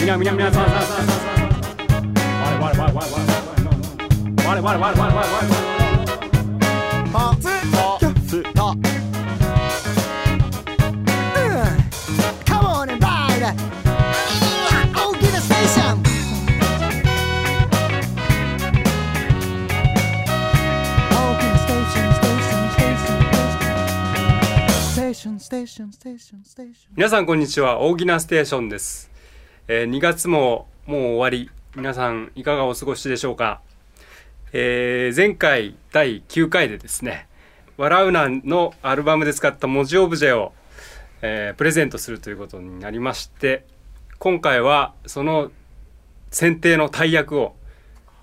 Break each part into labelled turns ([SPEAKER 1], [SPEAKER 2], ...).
[SPEAKER 1] 皆皆皆さんさんさんさんさん我我我我我我我我我我我
[SPEAKER 2] ポツポキャストうんカモンバイ大きなステーション大きなステーションステーションステーションステーションステーションステーションステーション
[SPEAKER 1] 皆さんこんにちは大木なステーションです、えー、2月ももう終わり皆さんいかがお過ごしでしょうか、えー、前回第9回でですね「笑うな」のアルバムで使った文字オブジェを、えープレゼントするということになりまして今回はその選定の大役を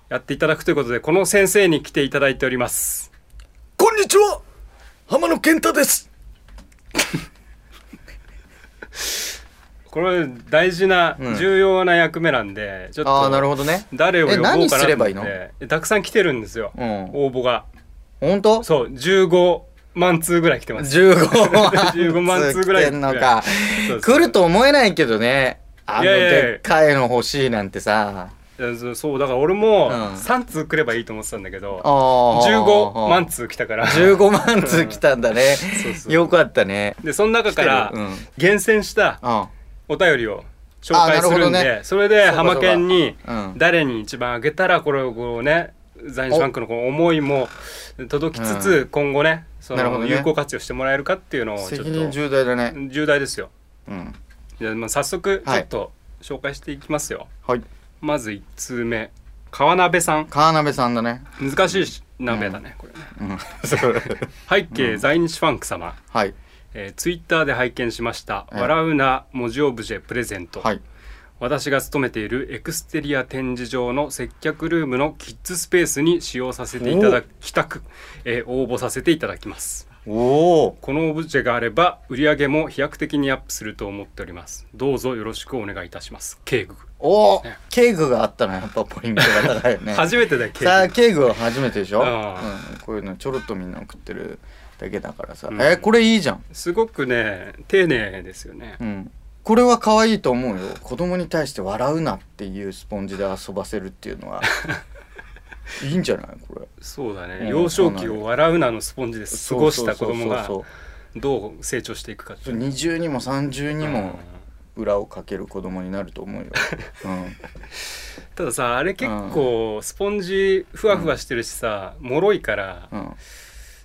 [SPEAKER 1] やっていただくということでこの先生に来ていただいております
[SPEAKER 3] こんにちは浜野健太です
[SPEAKER 1] これ大事な
[SPEAKER 3] うん
[SPEAKER 1] 重要な役目なんで、ちょっと
[SPEAKER 3] ああなるほどね
[SPEAKER 1] 誰を呼ぼうかなと
[SPEAKER 3] え
[SPEAKER 1] 思
[SPEAKER 3] 何
[SPEAKER 1] って
[SPEAKER 3] すればいいの
[SPEAKER 1] えたくさん来てるんですよ、
[SPEAKER 3] うん
[SPEAKER 1] 応募が
[SPEAKER 3] 本当
[SPEAKER 1] そう15万通ぐらい来てます
[SPEAKER 3] 15万
[SPEAKER 1] 15万通ぐらい
[SPEAKER 3] 来てんのか
[SPEAKER 1] そうそう
[SPEAKER 3] 来ると思えないけどねあの
[SPEAKER 1] いやいやいや
[SPEAKER 3] でっかいの欲しいなんてさ
[SPEAKER 1] いやそうそうだから俺も
[SPEAKER 3] うん
[SPEAKER 1] 3通来ればいいと思ってたんだけど、
[SPEAKER 3] ああ
[SPEAKER 1] 15万通来たから
[SPEAKER 3] 15万通来たんだね
[SPEAKER 1] そうそう
[SPEAKER 3] よかったね
[SPEAKER 1] でその中から
[SPEAKER 3] 来てるうん
[SPEAKER 1] 厳選した
[SPEAKER 3] うん
[SPEAKER 1] お便りを紹
[SPEAKER 3] あ
[SPEAKER 1] 介
[SPEAKER 3] なる
[SPEAKER 1] す
[SPEAKER 3] ほ
[SPEAKER 1] る
[SPEAKER 3] ど
[SPEAKER 1] んで
[SPEAKER 3] ね
[SPEAKER 1] それで
[SPEAKER 3] そうかそうか
[SPEAKER 1] 浜県に
[SPEAKER 3] うん
[SPEAKER 1] 誰に一番あげたらこれをこうね在日ファンクのこの思いも届きつつ、今後ねそ
[SPEAKER 3] なるほど
[SPEAKER 1] の
[SPEAKER 3] ね
[SPEAKER 1] 有効活用してもらえるかっていうのをちょっと
[SPEAKER 3] 責任重大だね
[SPEAKER 1] 重大ですよ
[SPEAKER 3] うん
[SPEAKER 1] じゃあまあ早速ちょ
[SPEAKER 3] はい
[SPEAKER 1] っと紹介していきますよ、
[SPEAKER 3] はい
[SPEAKER 1] まず1通目川鍋さん
[SPEAKER 3] 川鍋さんだね
[SPEAKER 1] 難しいし鍋だね、これね
[SPEAKER 3] う ん
[SPEAKER 1] 背景在日ファンク様、
[SPEAKER 3] はい
[SPEAKER 1] えー、ツイッターで拝見しました「
[SPEAKER 3] ええ
[SPEAKER 1] 笑うな文字オブジェプレゼント」
[SPEAKER 3] はい
[SPEAKER 1] 私が勤めているエクステリア展示場の接客ルームのキッズスペースに使用させていただきたく、えー応募させていただきます
[SPEAKER 3] おお
[SPEAKER 1] このオブジェがあれば売り上げも飛躍的にアップすると思っておりますどうぞよろしくお願いいたしますケイグ、
[SPEAKER 3] おお
[SPEAKER 1] ね
[SPEAKER 3] ケイグがあったのはやっぱポイントが高いよ ね
[SPEAKER 1] 初めてだよケイグ
[SPEAKER 3] さあケーグは初めてでしょ、う
[SPEAKER 1] あ
[SPEAKER 3] ん、こういうのちょろっとみんな食ってるだけだからさ、
[SPEAKER 1] うん
[SPEAKER 3] えこれいいじゃん、
[SPEAKER 1] すごくね丁寧ですよね、
[SPEAKER 3] うん、これは可愛いと思うよ子供に対して笑うなっていうスポンジで遊ばせるっていう のはいいんじゃないこれ
[SPEAKER 1] そうだね、
[SPEAKER 3] うん
[SPEAKER 1] 幼少期を笑うなのスポンジで過ごした子供が
[SPEAKER 3] そう
[SPEAKER 1] どう成長していくかって
[SPEAKER 3] そ
[SPEAKER 1] いう
[SPEAKER 3] そうそう
[SPEAKER 1] う
[SPEAKER 3] 二重にも三重に
[SPEAKER 1] うん
[SPEAKER 3] も裏をかける子供になると思う よ、うん、
[SPEAKER 1] たださあれ結構スポンジふわふわしてるしさ、脆いから
[SPEAKER 3] うん、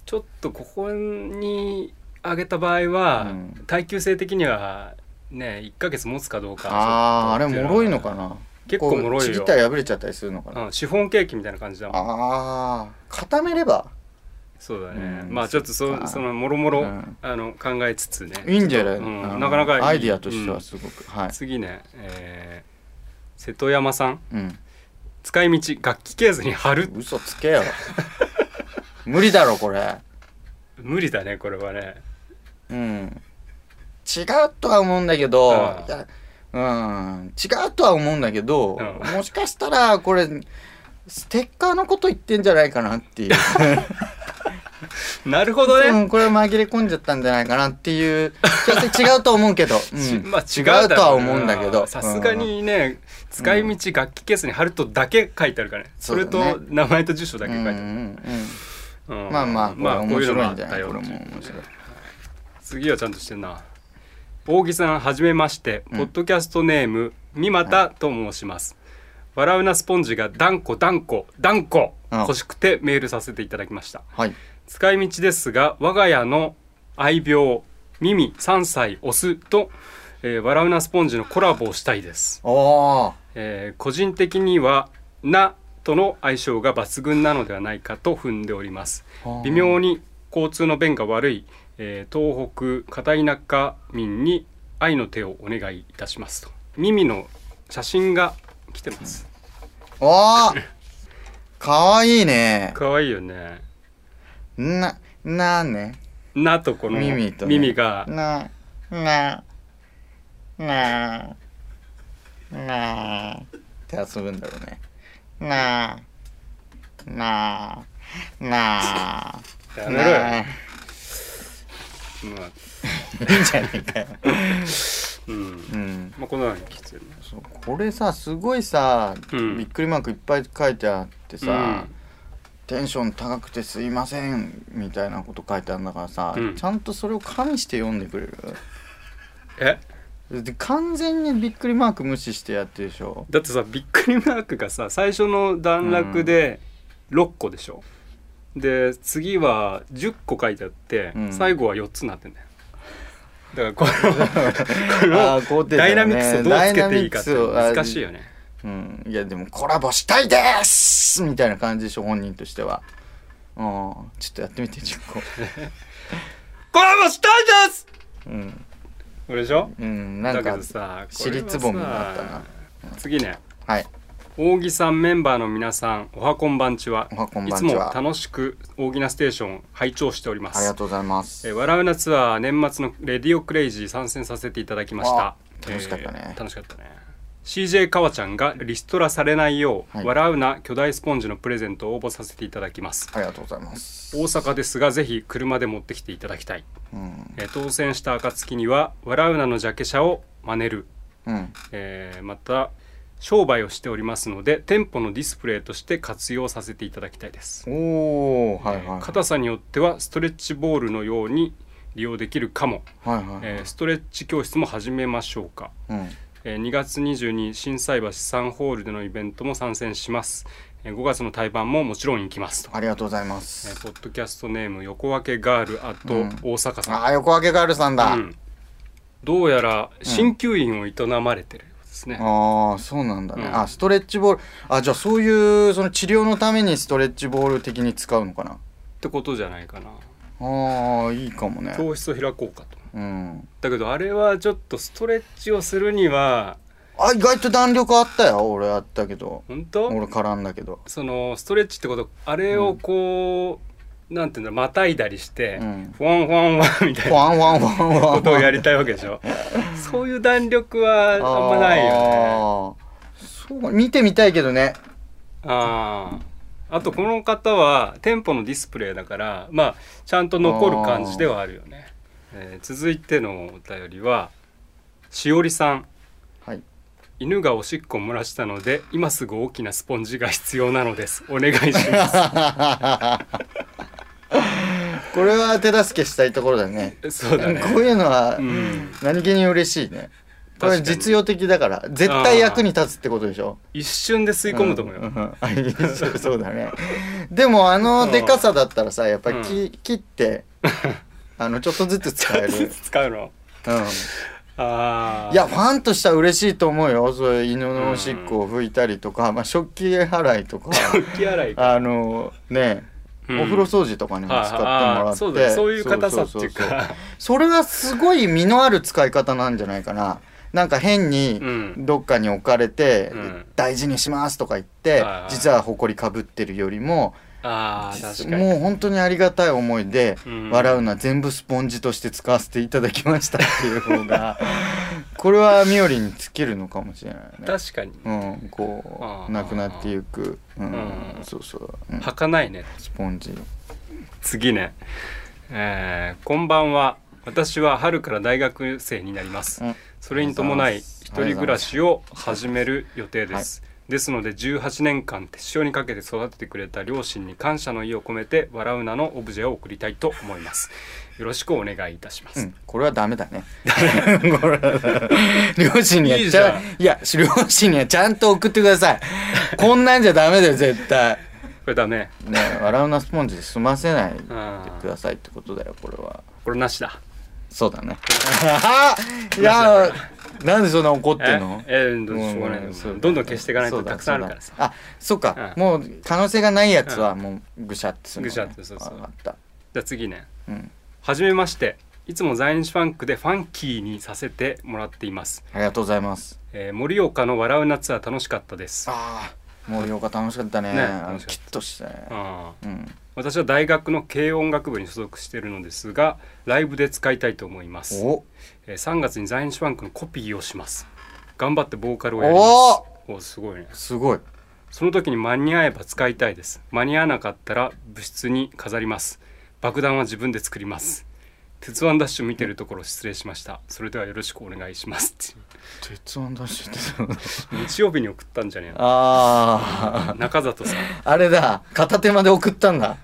[SPEAKER 1] ちょっとここにあげた場合は、
[SPEAKER 3] うん
[SPEAKER 1] 耐久性的にはね1ヶ月持つかどうか
[SPEAKER 3] あああ
[SPEAKER 1] ちょ
[SPEAKER 3] れ
[SPEAKER 1] っとってう
[SPEAKER 3] 脆いのかな
[SPEAKER 1] 結構脆いよ
[SPEAKER 3] こうちぎったら破れちゃったりするのかな、
[SPEAKER 1] うん、シフォンケーキみたいな感じだもん
[SPEAKER 3] ああ固めれば
[SPEAKER 1] そうだね、
[SPEAKER 3] うん
[SPEAKER 1] まあちょっと
[SPEAKER 3] そっ
[SPEAKER 1] そ
[SPEAKER 3] か
[SPEAKER 1] そのもろもろ
[SPEAKER 3] うん
[SPEAKER 1] あの考えつつね
[SPEAKER 3] いいんじゃない、
[SPEAKER 1] うん
[SPEAKER 3] あの
[SPEAKER 1] なかなかいい
[SPEAKER 3] アイディアとしてはすごく、はい、
[SPEAKER 1] 次ね、えー瀬戸山さん
[SPEAKER 3] うん、
[SPEAKER 1] 使い道楽器ケースに貼る
[SPEAKER 3] 嘘つけよ 無理だろこれ
[SPEAKER 1] 無理だねこれはね
[SPEAKER 3] うん違うとは思うんだけど
[SPEAKER 1] ああ
[SPEAKER 3] いやうん違うとは思うんだけど、
[SPEAKER 1] うん
[SPEAKER 3] もしかしたらこれステッカーのこと言ってんじゃないかな っていう、
[SPEAKER 1] なるほど
[SPEAKER 3] う
[SPEAKER 1] ね、
[SPEAKER 3] ん、これ紛れ込んじゃったんじゃないかなっていう気がして違うとは思うけど、
[SPEAKER 1] ち
[SPEAKER 3] う ん
[SPEAKER 1] まあ違う
[SPEAKER 3] 違うとは思うんだけど
[SPEAKER 1] なさすがにね、使い道楽器ケースに貼るとだけ書いてあるからねそれ
[SPEAKER 3] そうだ
[SPEAKER 1] と
[SPEAKER 3] ね
[SPEAKER 1] 名前と住所だ
[SPEAKER 3] う
[SPEAKER 1] け
[SPEAKER 3] ん
[SPEAKER 1] 書いうて
[SPEAKER 3] ん
[SPEAKER 1] あ
[SPEAKER 3] う
[SPEAKER 1] る、
[SPEAKER 3] ん、
[SPEAKER 1] うん
[SPEAKER 3] まあまあこれ
[SPEAKER 1] こう
[SPEAKER 3] 面
[SPEAKER 1] いうの
[SPEAKER 3] 白
[SPEAKER 1] が
[SPEAKER 3] い
[SPEAKER 1] あ
[SPEAKER 3] ん
[SPEAKER 1] っ
[SPEAKER 3] じゃ
[SPEAKER 1] た
[SPEAKER 3] ない
[SPEAKER 1] よ
[SPEAKER 3] これも
[SPEAKER 1] っていう
[SPEAKER 3] 面白い
[SPEAKER 1] 次はちゃんとしてんな大木さんはじめまして、
[SPEAKER 3] うん
[SPEAKER 1] ポッドキャストネームみまたと申します、笑うなスポンジが断固断固断固
[SPEAKER 3] うん
[SPEAKER 1] 欲しくてメールさせていただきました
[SPEAKER 3] はい
[SPEAKER 1] 使い道ですが我が家の愛病耳3歳オスと、えー、笑うなスポンジのコラボをしたいです、
[SPEAKER 3] おー
[SPEAKER 1] えー個人的にはなとの相性が抜群なのではないかと踏んでおります
[SPEAKER 3] はあ
[SPEAKER 1] 微妙に交通の便が悪い、えー東北片田舎民に愛の手をお願いいたしますと耳の写真が来てます
[SPEAKER 3] おーかわいいね
[SPEAKER 1] 可愛いよね
[SPEAKER 3] な、なーね。
[SPEAKER 1] なとこの
[SPEAKER 3] 耳とね、
[SPEAKER 1] 耳が
[SPEAKER 3] な、な、な、な、って遊ぶんだろうね。な、な、な、
[SPEAKER 1] やめろよ
[SPEAKER 3] な、
[SPEAKER 1] まあ
[SPEAKER 3] いいんじゃねえかよ。
[SPEAKER 1] うん
[SPEAKER 3] うん
[SPEAKER 1] まあ、このようにきついね
[SPEAKER 3] そうこれさすごいさ、
[SPEAKER 1] うん
[SPEAKER 3] びっくりマークいっぱい書いてあってさ、
[SPEAKER 1] うん
[SPEAKER 3] テンション高くてすいませんみたいなこと書いてあるんだからさ、
[SPEAKER 1] うん
[SPEAKER 3] ちゃんとそれを加味して読んでくれ
[SPEAKER 1] え
[SPEAKER 3] るで完全にびっくりマーク無視してやってるで しょ
[SPEAKER 1] だってさびっくりマークがさ最初の段落で6個でしょ、で次は10個書いてあって、
[SPEAKER 3] うん
[SPEAKER 1] 最後は4つになってんだよだからこのこの
[SPEAKER 3] あー肯定だ
[SPEAKER 1] ダイ
[SPEAKER 3] よね
[SPEAKER 1] ナミクスをどうつけていいかって
[SPEAKER 3] ダイナミクスをあー
[SPEAKER 1] 難しいよね
[SPEAKER 3] うん、いやでもコラボしたいですみたいな感じでしょ本人としてはうんちょっとやってみて10個
[SPEAKER 1] コラボしたいです
[SPEAKER 3] うん、
[SPEAKER 1] これでしょ
[SPEAKER 3] うん、な
[SPEAKER 1] だ
[SPEAKER 3] ん
[SPEAKER 1] け
[SPEAKER 3] か
[SPEAKER 1] どさ
[SPEAKER 3] 尻つぼみになったな
[SPEAKER 1] これはさ次ね
[SPEAKER 3] はい
[SPEAKER 1] 扇さんメンバーの皆さんおはこんばんちは
[SPEAKER 3] おはこんばんち
[SPEAKER 1] いつも
[SPEAKER 3] は
[SPEAKER 1] 楽しく大きなステーション拝聴しておりま
[SPEAKER 3] あり
[SPEAKER 1] す
[SPEAKER 3] がとうございます
[SPEAKER 1] えー笑うなツアー年末のレディオクレイジー参戦させていただきました
[SPEAKER 3] あ楽しかったね
[SPEAKER 1] えー楽しかったね CJ かわちゃんがリストラされないよう、
[SPEAKER 3] はい
[SPEAKER 1] 笑うな巨大スポンジのプレゼントを応募させていただきます
[SPEAKER 3] ありがとうございます
[SPEAKER 1] 大阪ですがぜひ車で持ってきていただきたい、
[SPEAKER 3] うん
[SPEAKER 1] えー当選した暁には笑うなのジャケ写を真似る、
[SPEAKER 3] うん
[SPEAKER 1] えーまた商売をしておりますので店舗のディスプレイとして活用させていただきたいです
[SPEAKER 3] おおはいはい、
[SPEAKER 1] 硬さによってはストレッチボールのように利用できるかも
[SPEAKER 3] はいはい、
[SPEAKER 1] えーストレッチ教室も始めましょうか、
[SPEAKER 3] うん
[SPEAKER 1] えー2月22心斎橋サンホールでのイベントも参戦します、えー5月の対バンももちろん行きますと、
[SPEAKER 3] ありがとうございま
[SPEAKER 1] えー
[SPEAKER 3] す、
[SPEAKER 1] ポッドキャストネーム横分けガールあと
[SPEAKER 3] うん
[SPEAKER 1] 大阪さん、
[SPEAKER 3] ああ横分けガールさんだ、
[SPEAKER 1] うんどうやら鍼灸院を営まれてるようですね、
[SPEAKER 3] ああそうなんだね、
[SPEAKER 1] うん
[SPEAKER 3] あストレッチボールあじゃあそういうその治療のためにストレッチボール的に使うのかな
[SPEAKER 1] ってことじゃないかな
[SPEAKER 3] ああいいかもね
[SPEAKER 1] 教室を開こうかと
[SPEAKER 3] うん
[SPEAKER 1] だけどあれはちょっとストレッチをするには
[SPEAKER 3] あ意外と弾力あったよ俺あったけど
[SPEAKER 1] 本当
[SPEAKER 3] 俺絡んだけど
[SPEAKER 1] そのストレッチってことあれをこう、なんていうんだまたいだりして、
[SPEAKER 3] うん
[SPEAKER 1] フワンフワンフワンみたい
[SPEAKER 3] フ
[SPEAKER 1] な
[SPEAKER 3] ワンワンワンワン
[SPEAKER 1] ことをやりたいわけでしょそういう弾力はあんまないよね
[SPEAKER 3] よねそう見てみたいけどね
[SPEAKER 1] あーあとこの方は店舗のディスプレイだからまあちゃんと残る感じではあるよね、えー続いてのお便りはしおりさん
[SPEAKER 3] はい
[SPEAKER 1] 犬がおしっこ漏らしたので今すぐ大きなスポンジが必要なのですお願いします
[SPEAKER 3] これは手助けしたいところだね
[SPEAKER 1] そうだね
[SPEAKER 3] こういうのは
[SPEAKER 1] うん
[SPEAKER 3] 何気に嬉しいねこ
[SPEAKER 1] 確か
[SPEAKER 3] れ
[SPEAKER 1] に
[SPEAKER 3] 実用的だから絶対役に立つってことでしょ
[SPEAKER 1] 一瞬で吸い込むと思うよ、
[SPEAKER 3] んん あいいそうそうだねでもあのでかさだったらさやっぱりき切 ってあのちょっとずつ使える、うん、
[SPEAKER 1] 使うのああ
[SPEAKER 3] いやファンとしては嬉しいと思うよそういう犬のおしっこを拭いたりとか、まあ、食器払いとか
[SPEAKER 1] 食器洗いか
[SPEAKER 3] あのね
[SPEAKER 1] うん
[SPEAKER 3] お風呂掃除とかにも使って
[SPEAKER 1] あ
[SPEAKER 3] もら
[SPEAKER 1] あ
[SPEAKER 3] って
[SPEAKER 1] そうだねそういう硬さって
[SPEAKER 3] そ
[SPEAKER 1] い
[SPEAKER 3] そうそそ
[SPEAKER 1] か
[SPEAKER 3] それはすごい身のある使い方なんじゃないかななんか変に
[SPEAKER 1] うん
[SPEAKER 3] どっかに置かれて
[SPEAKER 1] うん
[SPEAKER 3] 「大事にします」とか言って
[SPEAKER 1] はいはい
[SPEAKER 3] 実は埃かぶってるよりも
[SPEAKER 1] ああ確かに
[SPEAKER 3] もう本当にありがたい思いで
[SPEAKER 1] うん
[SPEAKER 3] 笑うのは全部スポンジとして使わせていただきましたっていう 方がこれはみおりに尽きるのかもしれないね。
[SPEAKER 1] 確かに
[SPEAKER 3] うん、こ
[SPEAKER 1] あー
[SPEAKER 3] うなくなっていく、うん
[SPEAKER 1] うん
[SPEAKER 3] そうそう、うん
[SPEAKER 1] 履かないね
[SPEAKER 3] スポンジ
[SPEAKER 1] 次ねえーこんばんは私は春から大学生になります
[SPEAKER 3] うん
[SPEAKER 1] それに伴い
[SPEAKER 3] あり
[SPEAKER 1] 一
[SPEAKER 3] がとうございます
[SPEAKER 1] 人暮らしを始める予定ですですので18年間手塩にかけて育ててくれた両親に感謝の意を込めて「笑うな」のオブジェを送りたいと思いますよろしくお願いいたしま
[SPEAKER 3] う
[SPEAKER 1] す
[SPEAKER 3] ん、これはダメだ ね。これは両親にはちゃ
[SPEAKER 1] いい
[SPEAKER 3] いや両親にはちゃんと送ってください。こんなんじゃダメだよ絶対。
[SPEAKER 1] これダメ
[SPEAKER 3] ね笑うなスポンジで済ませないで
[SPEAKER 1] あ
[SPEAKER 3] くださいってことだよこれは。
[SPEAKER 1] これなしだ
[SPEAKER 3] そう だね。いやなんでそんな怒ってんの？
[SPEAKER 1] ええどうしょうがない、
[SPEAKER 3] うんそうだ
[SPEAKER 1] どんどん消していかない
[SPEAKER 3] そ
[SPEAKER 1] と
[SPEAKER 3] うだ
[SPEAKER 1] たくさんあるからさ
[SPEAKER 3] そうだあそうか、
[SPEAKER 1] うん
[SPEAKER 3] もう可能性がないやつはもうぐしゃってするのね
[SPEAKER 1] ぐしゃってそうそう
[SPEAKER 3] わかった
[SPEAKER 1] じゃあ次ね
[SPEAKER 3] うん
[SPEAKER 1] はじめましていつも在日ファンクでファンキーにさせてもらっています
[SPEAKER 3] ありがとうございます
[SPEAKER 1] えー盛、岡の笑うなツアー楽しかったです
[SPEAKER 3] ああもう8日楽しかったね
[SPEAKER 1] ね
[SPEAKER 3] あの
[SPEAKER 1] 楽しか
[SPEAKER 3] キ
[SPEAKER 1] った
[SPEAKER 3] ッとしたね
[SPEAKER 1] あー
[SPEAKER 3] うん
[SPEAKER 1] 私は大学の軽音楽部に所属しているのですがライブで使いたいと思います、
[SPEAKER 3] お
[SPEAKER 1] えー、3月に在日ファンクのコピーをします頑張ってボーカルをやります
[SPEAKER 3] お
[SPEAKER 1] おーすごいね
[SPEAKER 3] すごい
[SPEAKER 1] その時に間に合えば使いたいです間に合わなかったら部室に飾ります爆弾は自分で作ります鉄腕ダッシュ見てるところ失礼しました。それではよろしくお願いします。っていう
[SPEAKER 3] 鉄腕ダッシュって
[SPEAKER 1] 日曜日に送ったんじゃねえの
[SPEAKER 3] あ
[SPEAKER 1] 中里 さん。
[SPEAKER 3] ああれだ片手まで送ったんだ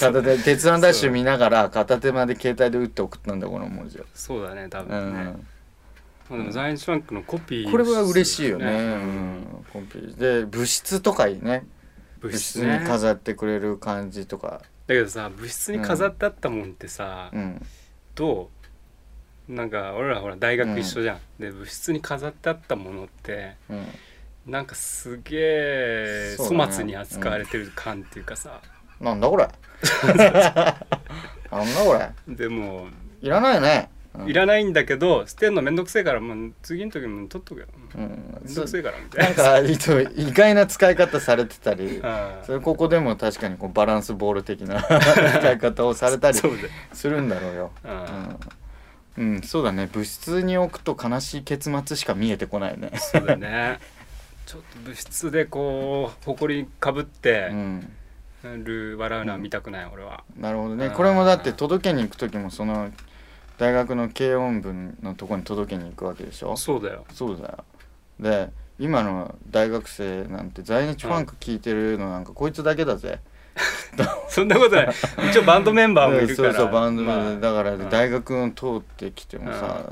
[SPEAKER 3] 片手鉄腕ダッシュ見ながら片手まで携帯で打って送ったんだこの文字を、
[SPEAKER 1] そうだね、多
[SPEAKER 3] う
[SPEAKER 1] 分ね。
[SPEAKER 3] ん、
[SPEAKER 1] まあ、でもザインシュランクのコピー、
[SPEAKER 3] これは嬉しいよね。うん、コンピで物質とかいいね
[SPEAKER 1] 物
[SPEAKER 3] 物
[SPEAKER 1] 質
[SPEAKER 3] 質
[SPEAKER 1] ね。
[SPEAKER 3] に飾ってくれる感じとか、
[SPEAKER 1] だけどさ、物質に飾ってあったもんってさ、
[SPEAKER 3] うん、
[SPEAKER 1] どうなんか俺らほら大学一緒じゃん。で、物質に飾ってあったものって、
[SPEAKER 3] うん、
[SPEAKER 1] なんかすげえ
[SPEAKER 3] そうだね
[SPEAKER 1] 粗末に扱われてる感っていうかさ、
[SPEAKER 3] なんだこ れなんだこれ
[SPEAKER 1] でも
[SPEAKER 3] いらないよね、うん
[SPEAKER 1] いらないんだけど捨てんのめんどくせえからもう次の時も取っとけよ
[SPEAKER 3] うん
[SPEAKER 1] めんどくせえからみた
[SPEAKER 3] ないん
[SPEAKER 1] な
[SPEAKER 3] か意図意外な使い方されてたり
[SPEAKER 1] あ
[SPEAKER 3] それここでも確かにこうバランスボール的な 使い方をされた
[SPEAKER 1] あ
[SPEAKER 3] り
[SPEAKER 1] そうだよ
[SPEAKER 3] するんだろうよ、
[SPEAKER 1] あ
[SPEAKER 3] うんうん、そうだね物質に置くと悲しい結末しか見えてこないね
[SPEAKER 1] あ、そうだよねちょっと物質でこう埃かぶっ
[SPEAKER 3] う
[SPEAKER 1] て
[SPEAKER 3] ん、
[SPEAKER 1] る笑うのは見たくない、俺は
[SPEAKER 3] なるほどね
[SPEAKER 1] うん
[SPEAKER 3] これもだって届けに行く時もその大学の軽音部のとこに届けに行くわけでしょ
[SPEAKER 1] そうだよ
[SPEAKER 3] そうだよで今の大学生なんて在日ファンク聞いてるのなんかこいつだけだぜ、
[SPEAKER 1] そんなことない一応バンドメンバーもい
[SPEAKER 3] うん
[SPEAKER 1] るか
[SPEAKER 3] そ
[SPEAKER 1] ら
[SPEAKER 3] うそうバンドで、
[SPEAKER 1] まあ
[SPEAKER 3] だから
[SPEAKER 1] うん
[SPEAKER 3] 大学を通ってきてもさ、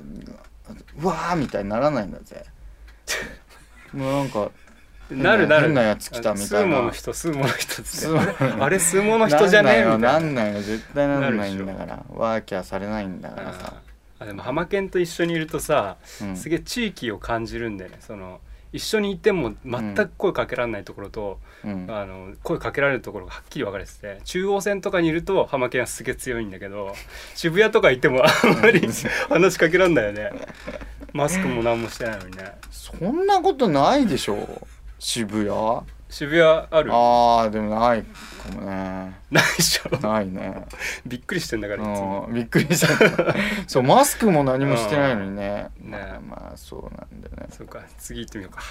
[SPEAKER 3] うわーみたいにならないんだ ぜもうなんか
[SPEAKER 1] なるなる
[SPEAKER 3] 変なやつ来たみたいな
[SPEAKER 1] 数の人数の人っつ
[SPEAKER 3] 数
[SPEAKER 1] っ
[SPEAKER 3] 物
[SPEAKER 1] てあれ数モの人じゃねえみたい
[SPEAKER 3] な
[SPEAKER 1] なん
[SPEAKER 3] ないよなんないよ絶対なんないんだからワーキャーされないんだからさ、
[SPEAKER 1] あでも浜健と一緒にいるとさ、
[SPEAKER 3] うん
[SPEAKER 1] すげえ地域を感じるんだよねその一緒にいても全く声かけられないところと、
[SPEAKER 3] うん、
[SPEAKER 1] あの声かけられるところがはっきり分かれてて中央線とかにいると浜県はすげえ強いんだけ ど渋谷とかいてもあんまり話しかけらんないよねマスクも何もしてないのにね
[SPEAKER 3] そんなことないでしょ渋谷あ
[SPEAKER 1] 渋谷ある
[SPEAKER 3] あーでもないかもね
[SPEAKER 1] ないでしょ
[SPEAKER 3] ないね
[SPEAKER 1] びっくりしてんだからいつも
[SPEAKER 3] うんびっくりした そうマスクも何もしてないのにね
[SPEAKER 1] うんね
[SPEAKER 3] まあまあそうなんだよね
[SPEAKER 1] そうか次行ってみようか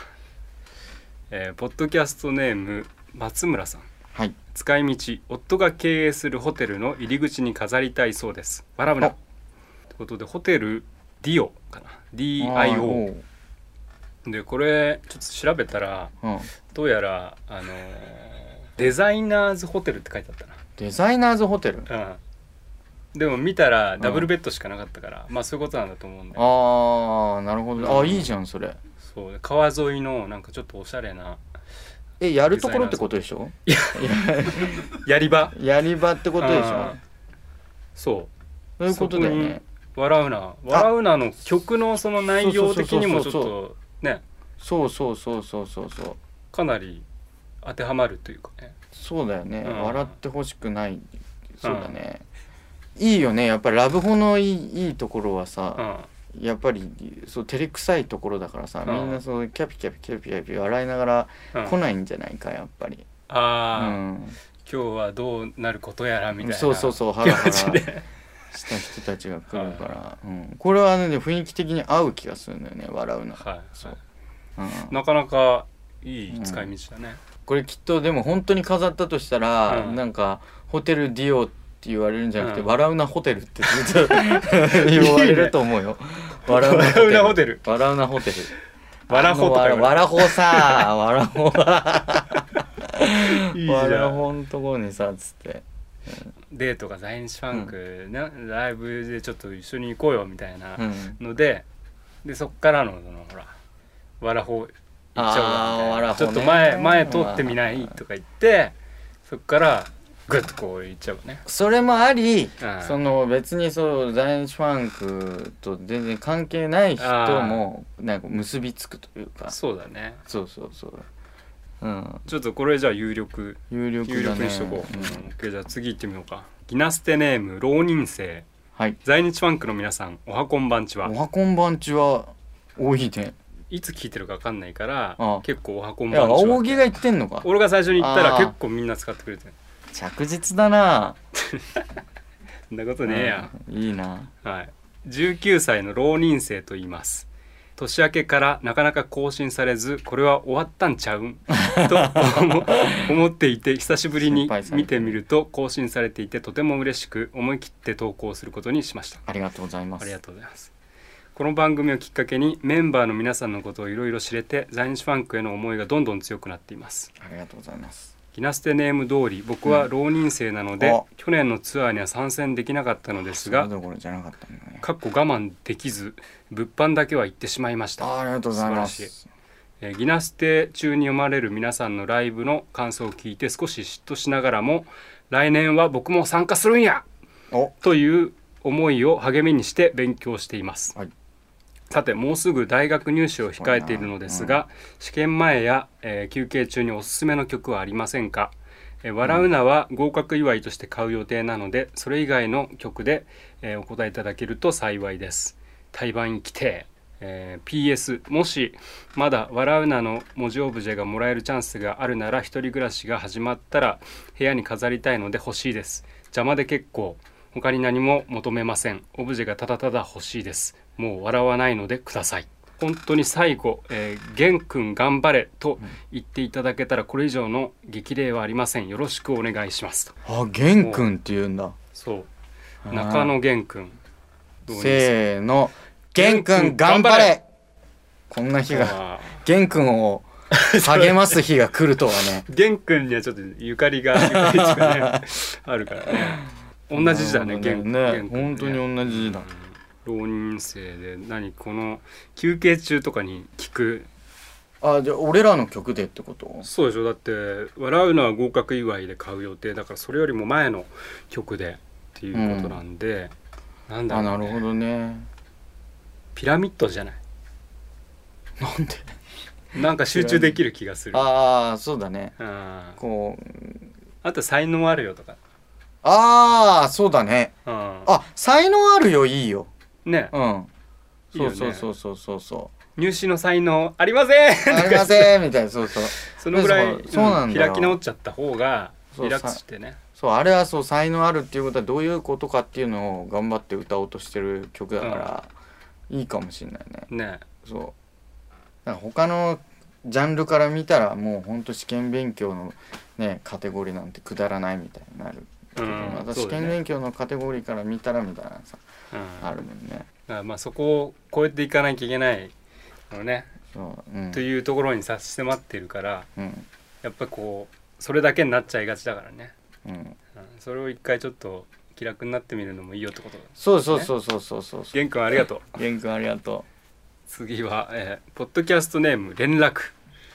[SPEAKER 1] えーポッドキャストネーム松村さん
[SPEAKER 3] はい
[SPEAKER 1] 使い道夫が経営するホテルの入り口に飾りたいそうですわらぶな
[SPEAKER 3] あ
[SPEAKER 1] ということでホテルディオかな DIO でこれちょっと調べたら
[SPEAKER 3] あーおううん
[SPEAKER 1] どうやらあのーデザイナーズホテルって書いてあっ
[SPEAKER 3] デザイナーズホテル
[SPEAKER 1] たなうんでも見たら
[SPEAKER 3] ん
[SPEAKER 1] ダブルベッドしかなかったから、まあそういうことなんだと思うんで
[SPEAKER 3] ああなるほど
[SPEAKER 1] う
[SPEAKER 3] あ
[SPEAKER 1] ん
[SPEAKER 3] いいじゃんそれ
[SPEAKER 1] そうで川沿いのなんかちょっとおしゃれな
[SPEAKER 3] えやるところってことでしょ
[SPEAKER 1] やり場
[SPEAKER 3] やり場ってことでしょ
[SPEAKER 1] あーそう
[SPEAKER 3] そういうことだよね
[SPEAKER 1] 笑うな笑うなの曲のその内容的にもちょっ
[SPEAKER 3] そうそう
[SPEAKER 1] とね
[SPEAKER 3] そうそうそうそうそうそう
[SPEAKER 1] かなり当てはまるというかね
[SPEAKER 3] そうだよね、
[SPEAKER 1] うん
[SPEAKER 3] 笑ってほしくないそうだね、いいよねやっぱりラブホのいいいいところは
[SPEAKER 1] う
[SPEAKER 3] さ、
[SPEAKER 1] ん
[SPEAKER 3] やっぱりそう照れくさいところだからさ、
[SPEAKER 1] うん
[SPEAKER 3] みんなそうキャピキャピキャピキャピ笑いながら
[SPEAKER 1] うん
[SPEAKER 3] 来ないんじゃないかやっぱり、う
[SPEAKER 1] ああ、
[SPEAKER 3] ん、
[SPEAKER 1] 今日はどうなることやらみたいな
[SPEAKER 3] そうそうそうハ
[SPEAKER 1] 気
[SPEAKER 3] ラ
[SPEAKER 1] 持
[SPEAKER 3] ハラ
[SPEAKER 1] ち
[SPEAKER 3] し
[SPEAKER 1] で
[SPEAKER 3] た人たちが来るから、うん、これはね雰囲気的に合う気がするんだよね笑うの、
[SPEAKER 1] はい、
[SPEAKER 3] そう
[SPEAKER 1] は
[SPEAKER 3] う
[SPEAKER 1] い、
[SPEAKER 3] ん、
[SPEAKER 1] なかなかいい使い道だね、
[SPEAKER 3] これきっとでも本当に飾ったとしたら、
[SPEAKER 1] うん
[SPEAKER 3] なんかホテルディオって言われるんじゃなくて、
[SPEAKER 1] うん
[SPEAKER 3] 笑うなホテルってず っと言われると思うよ。笑う
[SPEAKER 1] 笑うなホテル
[SPEAKER 3] 笑うなホテル。
[SPEAKER 1] わらほとか
[SPEAKER 3] あ
[SPEAKER 1] 言
[SPEAKER 3] のわ
[SPEAKER 1] われ
[SPEAKER 3] らわらほさ、わらほ
[SPEAKER 1] るいいじ
[SPEAKER 3] わ
[SPEAKER 1] ゃ
[SPEAKER 3] ら
[SPEAKER 1] ん
[SPEAKER 3] ほんとこにさつって。
[SPEAKER 1] デートが在日ファンク、なライブでちょっと一緒に行こうよみたいな
[SPEAKER 3] うん。
[SPEAKER 1] のででそっからのそのほらわらほ行っちゃうわみたいな
[SPEAKER 3] あー
[SPEAKER 1] ちょっと
[SPEAKER 3] わら
[SPEAKER 1] 前
[SPEAKER 3] ほね
[SPEAKER 1] 前通ってみないとか言ってそっからグッとこう行っちゃうわね
[SPEAKER 3] それもあり、
[SPEAKER 1] うん
[SPEAKER 3] その別にそう在日ファンクと全然関係ない人もなんか結びつくというか。
[SPEAKER 1] そうだね
[SPEAKER 3] そうそうそう。うん。
[SPEAKER 1] ちょっとこれじゃあ有力
[SPEAKER 3] 有力だね。
[SPEAKER 1] 有力にしとこう、
[SPEAKER 3] うん
[SPEAKER 1] OK じゃあ次行ってみようかギナステネーム浪人生
[SPEAKER 3] はい。
[SPEAKER 1] 在日ファンクの皆さんおはこんばんちは
[SPEAKER 3] おはこんばんちは多いね。
[SPEAKER 1] いつ聞いてるか分かんないから
[SPEAKER 3] ああ
[SPEAKER 1] 結構おはこん
[SPEAKER 3] い
[SPEAKER 1] ば
[SPEAKER 3] や、
[SPEAKER 1] んち
[SPEAKER 3] 青木
[SPEAKER 1] は
[SPEAKER 3] が言ってんのか。
[SPEAKER 1] 俺が最初に言ったら
[SPEAKER 3] ああ
[SPEAKER 1] 結構みんな使ってくれてる
[SPEAKER 3] 着実だな。
[SPEAKER 1] そんなことねえや、
[SPEAKER 3] うんいいな。
[SPEAKER 1] はい19歳の浪人生と言います年明けからなかなか更新されずこれは終わったんちゃうんと思思っていて久しぶりに
[SPEAKER 3] 心配され
[SPEAKER 1] 見
[SPEAKER 3] て
[SPEAKER 1] て
[SPEAKER 3] る
[SPEAKER 1] みると更新されていてとても嬉しく思い切って投稿することにしました
[SPEAKER 3] ありがとうございま
[SPEAKER 1] あ
[SPEAKER 3] す
[SPEAKER 1] りがとうございますこの番組をきっかけにメンバーの皆さんのことをいろいろ知れて在日ファンクへの思いがどんどん強くなっています
[SPEAKER 3] ありがとうございます
[SPEAKER 1] ギナステネーム通り僕は浪人生なので、
[SPEAKER 3] うんあ
[SPEAKER 1] 去年のツアーには参戦できなかったのです
[SPEAKER 3] そ
[SPEAKER 1] が
[SPEAKER 3] れどころじゃなかったんだね
[SPEAKER 1] かっこ我慢できず物販だけは行ってしまいまし
[SPEAKER 3] あー
[SPEAKER 1] た、
[SPEAKER 3] ありがとうございま
[SPEAKER 1] 素晴ら
[SPEAKER 3] す
[SPEAKER 1] えーギナステ中に読まれる皆さんのライブの感想を聞いて少し嫉妬しながらも来年は僕も参加するんや
[SPEAKER 3] お
[SPEAKER 1] という思いを励みにして勉強しています、
[SPEAKER 3] はい
[SPEAKER 1] さてもうすぐ大学入試を控えているのですが、試験前や、えー休憩中におすすめの曲はありませんか「えー笑うな」は合格祝いとして買う予定なのでそれ以外の曲で、えーお答えいただけると幸いです対バン規定えー PS もしまだ「笑うな」の文字オブジェがもらえるチャンスがあるなら一人暮らしが始まったら部屋に飾りたいので欲しいです邪魔で結構他に何も求めませんオブジェがただただ欲しいですもう笑わないのでください本当に最後「えー、玄君頑張れ」と言っていただけたらこれ以上の激励はありませんよろしくお願いしますと
[SPEAKER 3] あ玄君って言うんだ
[SPEAKER 1] そう中野玄君どうですか
[SPEAKER 3] せーの玄君頑張れこんな日が
[SPEAKER 1] あー
[SPEAKER 3] 玄君を 励ます日が来るとはね
[SPEAKER 1] 玄君にはちょっとゆかり がゆかりとかねあるからね同じ字だね
[SPEAKER 3] なる
[SPEAKER 1] 玄
[SPEAKER 3] ほ
[SPEAKER 1] 君
[SPEAKER 3] ど
[SPEAKER 1] ね
[SPEAKER 3] ね本当に同じ字だ
[SPEAKER 1] 浪人生で何この休憩中とかに聞く
[SPEAKER 3] あじゃあ俺らの曲でってこと
[SPEAKER 1] そうでしょだって「笑うのは合格祝い」で買う予定だからそれよりも前の曲でっていうことなんで、なんだ
[SPEAKER 3] あ
[SPEAKER 1] ろ
[SPEAKER 3] な
[SPEAKER 1] う、
[SPEAKER 3] る
[SPEAKER 1] ね、
[SPEAKER 3] ほどね
[SPEAKER 1] ピラミッドじゃない
[SPEAKER 3] なんで
[SPEAKER 1] なんか集中できる気がするあ
[SPEAKER 3] ああそうだね
[SPEAKER 1] あ
[SPEAKER 3] こう
[SPEAKER 1] あと才能あるよとか
[SPEAKER 3] ああそうだね
[SPEAKER 1] あ
[SPEAKER 3] あ才能あるよいいよ
[SPEAKER 1] ね
[SPEAKER 3] うん
[SPEAKER 1] いいよ
[SPEAKER 3] そう
[SPEAKER 1] ね
[SPEAKER 3] そうそうそうそ うそう
[SPEAKER 1] 入試の才能ありません
[SPEAKER 3] ありませんみたいなそうそう
[SPEAKER 1] そのぐらい
[SPEAKER 3] そうそうなんだよ
[SPEAKER 1] 開き直っちゃった方が
[SPEAKER 3] そう
[SPEAKER 1] リラックスしてね
[SPEAKER 3] そうあれはそう才能あるっていうことはどういうことかっていうのを頑張って歌おうとしてる曲だから、いいかもしれないね
[SPEAKER 1] ね
[SPEAKER 3] そうなんか他のジャンルから見たらもうほんと試験勉強のねカテゴリーなんてくだらないみたいになるけど、
[SPEAKER 1] うん
[SPEAKER 3] また
[SPEAKER 1] そう
[SPEAKER 3] 試
[SPEAKER 1] だね
[SPEAKER 3] 験勉強のカテゴリーから見たらみたいなさ、
[SPEAKER 1] うん
[SPEAKER 3] あ
[SPEAKER 1] だか
[SPEAKER 3] るもんね
[SPEAKER 1] らまあそこを超えていかなきゃいけないのね、
[SPEAKER 3] そううん
[SPEAKER 1] というところに差し迫ってるから
[SPEAKER 3] うん
[SPEAKER 1] やっぱこうそれだけになっちゃいがちだからね、
[SPEAKER 3] うん
[SPEAKER 1] うん、それを一回ちょっと気楽になってみるのもいいよってことだ
[SPEAKER 3] そうそうそうそうそうそうそう
[SPEAKER 1] 玄君ありがとう
[SPEAKER 3] 玄君ありがと
[SPEAKER 1] 次は、えーポッドキャストネーム連絡
[SPEAKER 3] う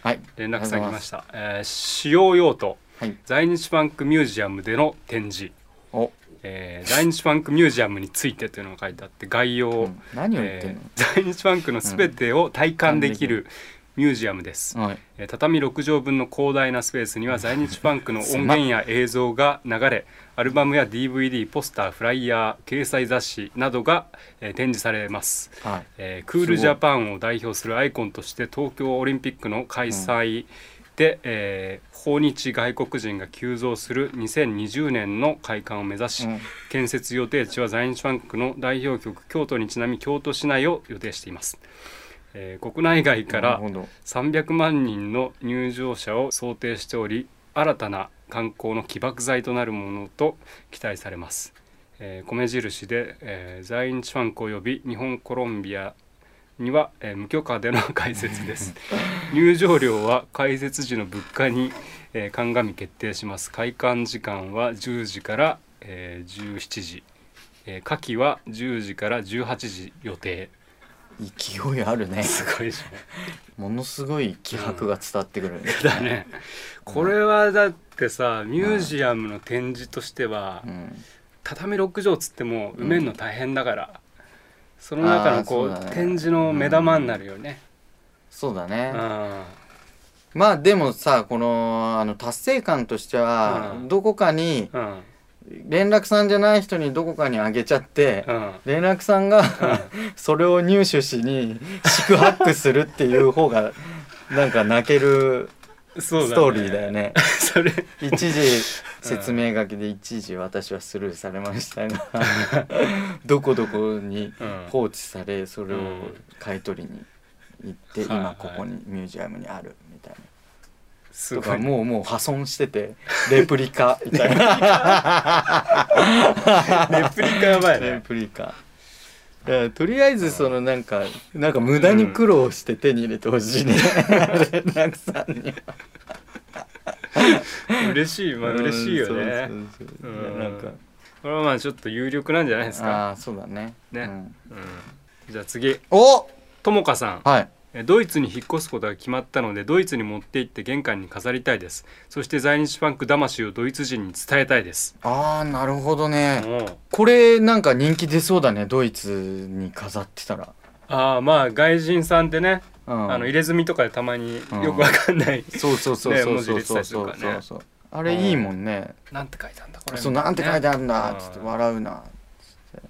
[SPEAKER 3] はい
[SPEAKER 1] 連絡先来ました、えー使用用途
[SPEAKER 3] はい
[SPEAKER 1] 在日ファンクミュージアムでの展示
[SPEAKER 3] お、
[SPEAKER 1] えー、在日ファンクミュージアムについてというのが書いてあって概要
[SPEAKER 3] う
[SPEAKER 1] を、
[SPEAKER 3] ん、何を言ってん
[SPEAKER 1] え
[SPEAKER 3] の、
[SPEAKER 1] ー在日ファンクのすべてを体感できるミュージアムです、
[SPEAKER 3] はい
[SPEAKER 1] えー畳6畳分の広大なスペースには在日ファンクの音源や映像が流れアルバムや DVD ポスターフライヤー掲載雑誌などが、えー展示されます、
[SPEAKER 3] はい
[SPEAKER 1] えークールジャパンを代表するアイコンとして東京オリンピックの開催で、えー訪日外国人が急増する2020年の開館を目指し、
[SPEAKER 3] うん
[SPEAKER 1] 建設予定地は在日ファンクの代表局京都にちなみ京都市内を予定しています、えー国内外か
[SPEAKER 3] な
[SPEAKER 1] ら
[SPEAKER 3] るほど
[SPEAKER 1] 300万人の入場者を想定しており新たな観光の起爆剤となるものと期待されます、えー米印で、えー在日ファンク及び日本コロンビアには、えー無許可での開設です入場料は開設時の物価に、えー鑑み決定します開館時間は10時から、えー17時、えー夏季は10時から18時予定
[SPEAKER 3] 勢いあるね
[SPEAKER 1] すごいですね
[SPEAKER 3] ものすごい気迫が伝わってくる、ね
[SPEAKER 1] だ ねこれはだってさミュージアムの展示としては、
[SPEAKER 3] うん
[SPEAKER 1] 畳6畳つっても埋めるの大変だから、その中のこう
[SPEAKER 3] あーそうだね
[SPEAKER 1] 展示の目玉になるよね、
[SPEAKER 3] そうだね
[SPEAKER 1] うん、あ
[SPEAKER 3] まあでもさこのあの達成感としては、
[SPEAKER 1] うん
[SPEAKER 3] どこかに
[SPEAKER 1] ーうん
[SPEAKER 3] 連絡さんじゃない人にどこかにあげちゃって、
[SPEAKER 1] うん
[SPEAKER 3] 連絡さんが、それを入手しに四苦八苦するっていう方がなんか泣ける
[SPEAKER 1] そうだね
[SPEAKER 3] ストーリーだよね
[SPEAKER 1] それ
[SPEAKER 3] 一時説明書きで一時私はスルーされましたが どこどこに放置されそれを買い取りに行って
[SPEAKER 1] はいは
[SPEAKER 3] 今
[SPEAKER 1] い
[SPEAKER 3] ここにミュージアムにあるみたいな。
[SPEAKER 1] す
[SPEAKER 3] と
[SPEAKER 1] ご
[SPEAKER 3] か
[SPEAKER 1] い
[SPEAKER 3] もうもう破損してて レプリカみたい な。
[SPEAKER 1] レプリカやばい
[SPEAKER 3] レ
[SPEAKER 1] ね
[SPEAKER 3] プリカ。いやとりあえずそのなんかなんか無駄に苦労して手に入れて ほしいね。連絡さんに。
[SPEAKER 1] 嬉しいまあ嬉しいよね
[SPEAKER 3] うん。そうそうそう
[SPEAKER 1] うん
[SPEAKER 3] いやなんか。
[SPEAKER 1] これはまあちょっと有力なんじゃないですか、
[SPEAKER 3] ああーそうだね。
[SPEAKER 1] ね
[SPEAKER 3] うん
[SPEAKER 1] うん、じゃあ次
[SPEAKER 3] お
[SPEAKER 1] ともかさん
[SPEAKER 3] はい。
[SPEAKER 1] えドイツに引っ越すことが決まったのでドイツに持って行って玄関に飾りたいですそして在日パンク魂をドイツ人に伝えたいです
[SPEAKER 3] ああなるほどね。
[SPEAKER 1] もう
[SPEAKER 3] これなんか人気出そうだねドイツに飾ってたら、
[SPEAKER 1] ああまあ外人さんってね、
[SPEAKER 3] うん、
[SPEAKER 1] あの入れ墨とかでたまによくわかんない、
[SPEAKER 3] そうそうそう
[SPEAKER 1] ね
[SPEAKER 3] そう
[SPEAKER 1] 文字
[SPEAKER 3] そ
[SPEAKER 1] 入
[SPEAKER 3] う
[SPEAKER 1] れてた
[SPEAKER 3] そう
[SPEAKER 1] りする
[SPEAKER 3] そ
[SPEAKER 1] か
[SPEAKER 3] う
[SPEAKER 1] らね
[SPEAKER 3] そうそうあれいいもんね、
[SPEAKER 1] なんて書いたんだこれ
[SPEAKER 3] そうなんて書いて
[SPEAKER 1] あ
[SPEAKER 3] あるんだ
[SPEAKER 1] ね
[SPEAKER 3] っつって笑うなっつって、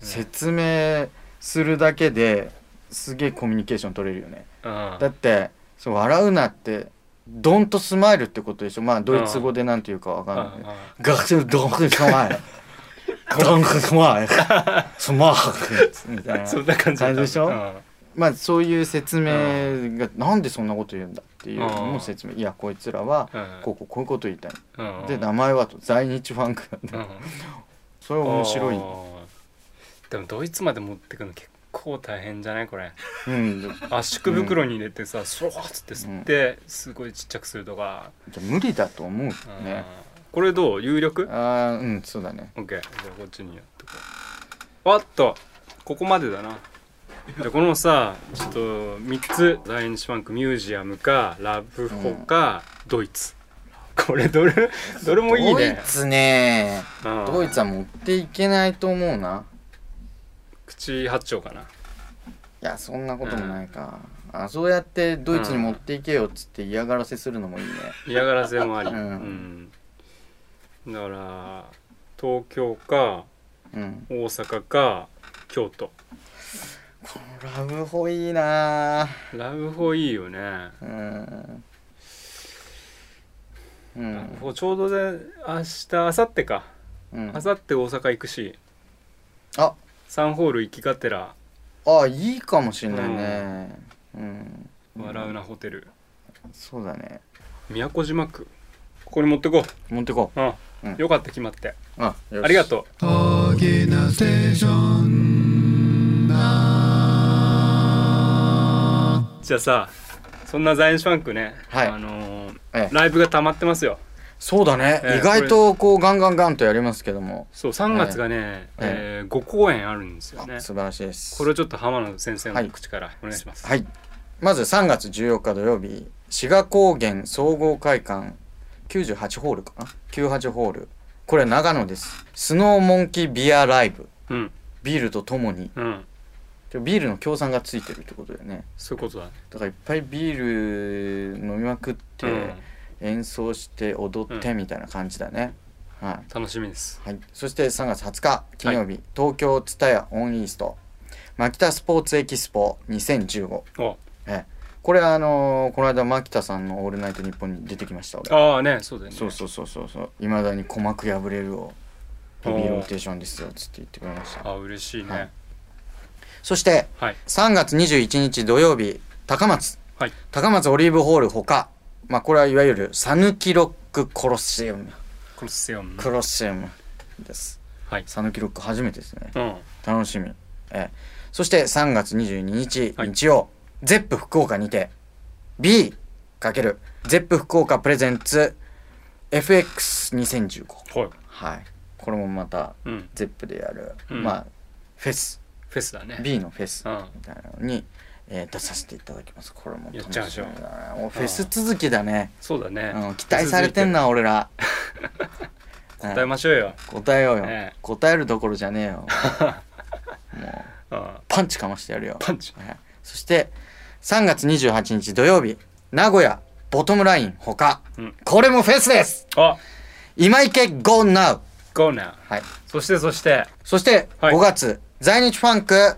[SPEAKER 3] 説明するだけですげえコミュニケーション取れるよねだってそう笑うなってドンとスマイルってことでしょまあドイツ語でなんていうかわかんないけど学生ドンとスマイ ルドンとスマイルスマイルみたいな
[SPEAKER 1] そんな感じだ
[SPEAKER 3] 感じでしょ
[SPEAKER 1] うん
[SPEAKER 3] まあそういう説明がなんでそんなこと言うんだっていうの
[SPEAKER 1] うん
[SPEAKER 3] も説明いやこいつらは
[SPEAKER 1] うん
[SPEAKER 3] こうこうこういうこと言いたい
[SPEAKER 1] うん
[SPEAKER 3] で名前はと在日ファンクなん
[SPEAKER 1] う
[SPEAKER 3] だ
[SPEAKER 1] ん
[SPEAKER 3] それは面白い
[SPEAKER 1] あーでもドイツまで持ってくの結構大変じゃないこれ
[SPEAKER 3] うんじゃ
[SPEAKER 1] 圧縮袋に入れてさ、そわっつって吸って、すごいちっちゃくするとか、
[SPEAKER 3] 無理だと思う
[SPEAKER 1] うん
[SPEAKER 3] ね
[SPEAKER 1] これどう有力
[SPEAKER 3] あーうんそうだね
[SPEAKER 1] ?OK じゃあこっちにやってこうわっとここまでだ なじゃあこのさちょっと3つラインシュバンクミュージアムかラブホか、ドイツこれどれどれもいい
[SPEAKER 3] ドイ
[SPEAKER 1] ね
[SPEAKER 3] ツね
[SPEAKER 1] うん
[SPEAKER 3] ドイツは持っていけないと思うな
[SPEAKER 1] 口八丁かない
[SPEAKER 3] やそんなこともないかあそうやってドイツに持っていけよっつって嫌がらせするのもいいね
[SPEAKER 1] 嫌がらせもあり、う
[SPEAKER 3] うん
[SPEAKER 1] だから東京か
[SPEAKER 3] うん
[SPEAKER 1] 大阪か京都
[SPEAKER 3] ラブホいいな
[SPEAKER 1] ラブホいいよね、
[SPEAKER 3] うん
[SPEAKER 1] ラ
[SPEAKER 3] う
[SPEAKER 1] ブ
[SPEAKER 3] ん
[SPEAKER 1] ホちょうどで明日明後日か
[SPEAKER 3] うん
[SPEAKER 1] 明後日大阪行くし
[SPEAKER 3] あ
[SPEAKER 1] サンホール行きがてら
[SPEAKER 3] あいいかもしんないねうん、
[SPEAKER 1] 笑うなホテル
[SPEAKER 3] そうだね
[SPEAKER 1] 宮古島区ここに持ってこ
[SPEAKER 3] 持ってこ
[SPEAKER 1] う、うん
[SPEAKER 3] うん
[SPEAKER 1] よかった決まって
[SPEAKER 3] うあ
[SPEAKER 1] ありがとうじゃあさそんなザインシュファンクね、
[SPEAKER 3] はい
[SPEAKER 1] あのー
[SPEAKER 3] ええ
[SPEAKER 1] ライブが溜まってますよ
[SPEAKER 3] そうだね、
[SPEAKER 1] ええ
[SPEAKER 3] 意外とこうガンガンガンとやりますけども、
[SPEAKER 1] そう3月がね、え
[SPEAKER 3] え
[SPEAKER 1] 5公演あるんですよね
[SPEAKER 3] あ素晴らしいです
[SPEAKER 1] これをちょっと浜野先生
[SPEAKER 3] は
[SPEAKER 1] の
[SPEAKER 3] い
[SPEAKER 1] 口からお願いします、
[SPEAKER 3] はいまず3月14日土曜日志賀高原総合会館98ホールかな98ホールこれ長野ですスノーモンキービアライブ
[SPEAKER 1] うん
[SPEAKER 3] ビールとともに
[SPEAKER 1] うん
[SPEAKER 3] ビールの協賛がついてるってことだよね
[SPEAKER 1] そういうことだね、
[SPEAKER 3] だからいっぱいビール飲みまくって、
[SPEAKER 1] うん
[SPEAKER 3] 演奏して踊ってみたいな感じだね、はい、
[SPEAKER 1] 楽しみです
[SPEAKER 3] はい、そして3月20日金曜日、東京蔦屋オンイーストマキタスポーツエキスポ2015
[SPEAKER 1] お
[SPEAKER 3] これあのーこの間マキタさんの「オールナイトニッポン」に出てきました俺
[SPEAKER 1] ああねそうだよね
[SPEAKER 3] そうそうそうそうそういまだに鼓膜破れるをヘビーローテーションですよつって言ってくれました
[SPEAKER 1] あー嬉しいねは
[SPEAKER 3] はいい、そして3月21日土曜日高松、
[SPEAKER 1] はい
[SPEAKER 3] 高松オリーブホールほか、まあ、これはいわゆる「さぬきロックコロシウム」
[SPEAKER 1] コロッセオム
[SPEAKER 3] コロシウムです
[SPEAKER 1] はい
[SPEAKER 3] さぬきロック初めてですね
[SPEAKER 1] うん
[SPEAKER 3] 楽しみ、ええそして3月22日、
[SPEAKER 1] はい
[SPEAKER 3] 日曜ゼップ福岡にて B× ゼップ福岡プレゼンツ FX2015
[SPEAKER 1] はい
[SPEAKER 3] はいこれもまた
[SPEAKER 1] うん
[SPEAKER 3] ゼップでやる、
[SPEAKER 1] うん
[SPEAKER 3] まあフェス
[SPEAKER 1] フェスだね
[SPEAKER 3] B のフェス
[SPEAKER 1] うん
[SPEAKER 3] みたいなのに、えー出させていただきますこれも
[SPEAKER 1] やっ
[SPEAKER 3] 楽
[SPEAKER 1] ちゃうでし
[SPEAKER 3] し
[SPEAKER 1] ょ
[SPEAKER 3] みだねもうフェス続きだね、
[SPEAKER 1] そうだね、
[SPEAKER 3] うん、期待されてんな俺ら
[SPEAKER 1] 続いてる 答えましょうよ、
[SPEAKER 3] 答えようよ、
[SPEAKER 1] ええ
[SPEAKER 3] 答えるどころじゃねえよもう
[SPEAKER 1] うん
[SPEAKER 3] パンチかましてやるよ
[SPEAKER 1] パンチ
[SPEAKER 3] はいそして3月28日土曜日名古屋ボトムラインほか、
[SPEAKER 1] うん
[SPEAKER 3] これもフェスです
[SPEAKER 1] あ
[SPEAKER 3] 今池 GO NOW、
[SPEAKER 1] ゴーナー
[SPEAKER 3] はい、
[SPEAKER 1] そしてそして
[SPEAKER 3] そして
[SPEAKER 1] はい
[SPEAKER 3] 5月、在日ファンク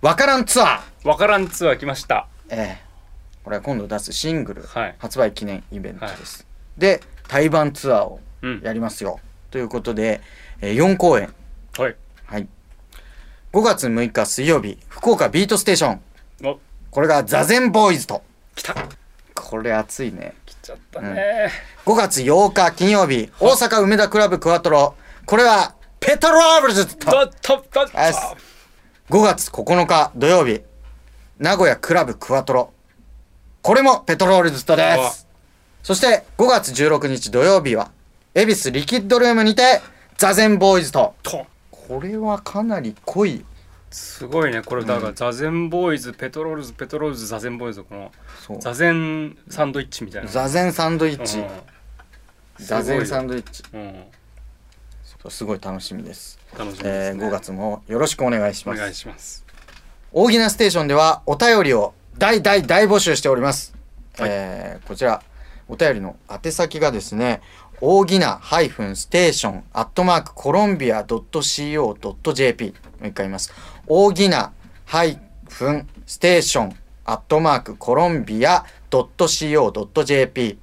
[SPEAKER 3] わからんツアー、
[SPEAKER 1] わからんツアー来ました
[SPEAKER 3] ええこれは今度出すシングル
[SPEAKER 1] はい
[SPEAKER 3] 発売記念イベントです、で対バンツアーを
[SPEAKER 1] うん
[SPEAKER 3] やりますよ、ということで、え4公演
[SPEAKER 1] はい
[SPEAKER 3] はい。5月6日水曜日、福岡ビートステーション。
[SPEAKER 1] お
[SPEAKER 3] これが座禅ボーイズと
[SPEAKER 1] 来た
[SPEAKER 3] これ熱いね
[SPEAKER 1] 来ちゃったね、
[SPEAKER 3] 5月8日金曜日大阪梅田クラブクワトロこれはペトローブルズと
[SPEAKER 1] だっただった
[SPEAKER 3] あっす5月9日土曜日名古屋クラブクワトロこれもペトロールズとですそして5月16日土曜日は恵比寿リキッドルームにて座禅ボーイズと
[SPEAKER 1] と
[SPEAKER 3] これはかなり濃い
[SPEAKER 1] すごいねこれだから座禅ボーイズペトロールズペトロールズ座禅ボーイズこの
[SPEAKER 3] そう
[SPEAKER 1] 座禅サンドイッチみたいな
[SPEAKER 3] 座禅サンドイッチ
[SPEAKER 1] うん
[SPEAKER 3] 座禅サンドイッチ
[SPEAKER 1] すごいようん
[SPEAKER 3] そうすごい楽しみです
[SPEAKER 1] 楽しみで
[SPEAKER 3] え
[SPEAKER 1] す、
[SPEAKER 3] ー
[SPEAKER 1] ね
[SPEAKER 3] 5月もよろしくお願いし
[SPEAKER 1] お
[SPEAKER 3] ます
[SPEAKER 1] 願いします
[SPEAKER 3] 大喜なステーションではお便りを大大大募集しております、えーこちらお便りの宛先がですね大喜なハイフンステーションアットマークコロンビア .co.jp もう一回言います大喜なハイフンステーションアットマークコロンビア .co.jp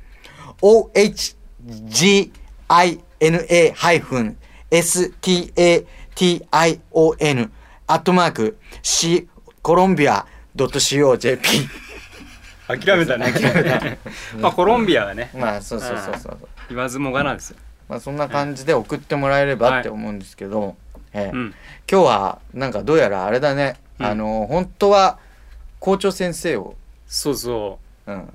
[SPEAKER 3] ohgina ハイフン station アットマーク c コロンビア .co.jp
[SPEAKER 1] 諦めたねまあコロンビアはね
[SPEAKER 3] まあそうそうそうそう
[SPEAKER 1] 言わずもがなですよ、
[SPEAKER 3] まあそんな感じで送ってもらえればって思うんですけど、ええ
[SPEAKER 1] うん、
[SPEAKER 3] 今日はなんかどうやらあれだね、
[SPEAKER 1] うん
[SPEAKER 3] あの本当は校長先生を、
[SPEAKER 1] そうそ
[SPEAKER 3] うん、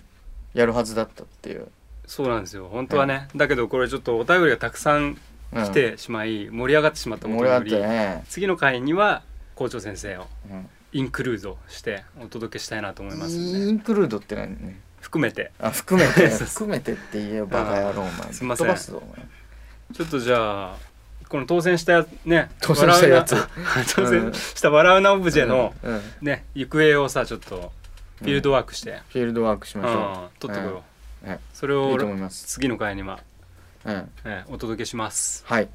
[SPEAKER 3] やるはずだったっていう、
[SPEAKER 1] うそうなんですよ本当はね、だけどこれちょっとお便りがたくさん
[SPEAKER 3] うん、
[SPEAKER 1] 来てしまい盛り上がってしまったこ
[SPEAKER 3] 盛
[SPEAKER 1] と
[SPEAKER 3] り
[SPEAKER 1] に
[SPEAKER 3] 上が
[SPEAKER 1] よ
[SPEAKER 3] っ
[SPEAKER 1] り、
[SPEAKER 3] てね、
[SPEAKER 1] 次の回には校長先生を
[SPEAKER 3] うん
[SPEAKER 1] インクルードしてお届けしたいなと思いますん
[SPEAKER 3] イ
[SPEAKER 1] で
[SPEAKER 3] ンクルードって何ね
[SPEAKER 1] 含めて
[SPEAKER 3] あ含め て
[SPEAKER 1] そうそう
[SPEAKER 3] 含めてって言えばバカ野郎お前
[SPEAKER 1] すいません
[SPEAKER 3] ぶっ飛ばすぞお前
[SPEAKER 1] ちょっとじゃあこの当選したやね
[SPEAKER 3] 当選したやつ
[SPEAKER 1] 笑うな 当選した笑うなオブジェの、
[SPEAKER 3] うんうん
[SPEAKER 1] ね行方をさちょっとフィールドワークして、
[SPEAKER 3] フィールドワークし
[SPEAKER 1] うん
[SPEAKER 3] ましょ
[SPEAKER 1] 取ってこよう、
[SPEAKER 3] はい
[SPEAKER 1] それを
[SPEAKER 3] いいと思います
[SPEAKER 1] 次の回には、
[SPEAKER 3] う、うん、
[SPEAKER 1] えーお届けします
[SPEAKER 3] はい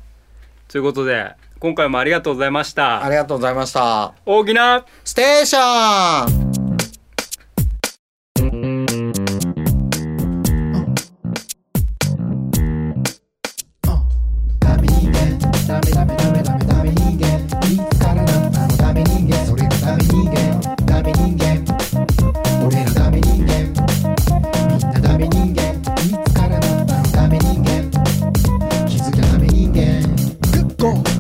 [SPEAKER 1] ということで今回もありがとうございまし
[SPEAKER 3] あ
[SPEAKER 1] た
[SPEAKER 3] りがとうございました
[SPEAKER 1] 大きな
[SPEAKER 3] ステーション
[SPEAKER 2] ダメ人間ダメダメダメダメダメ人間いつからなんなのダメ人間それがダメ人間ダメ人間俺らダメ人間みんなダメ人間いつからなんなのダメ人間気づきゃダメ人間グッド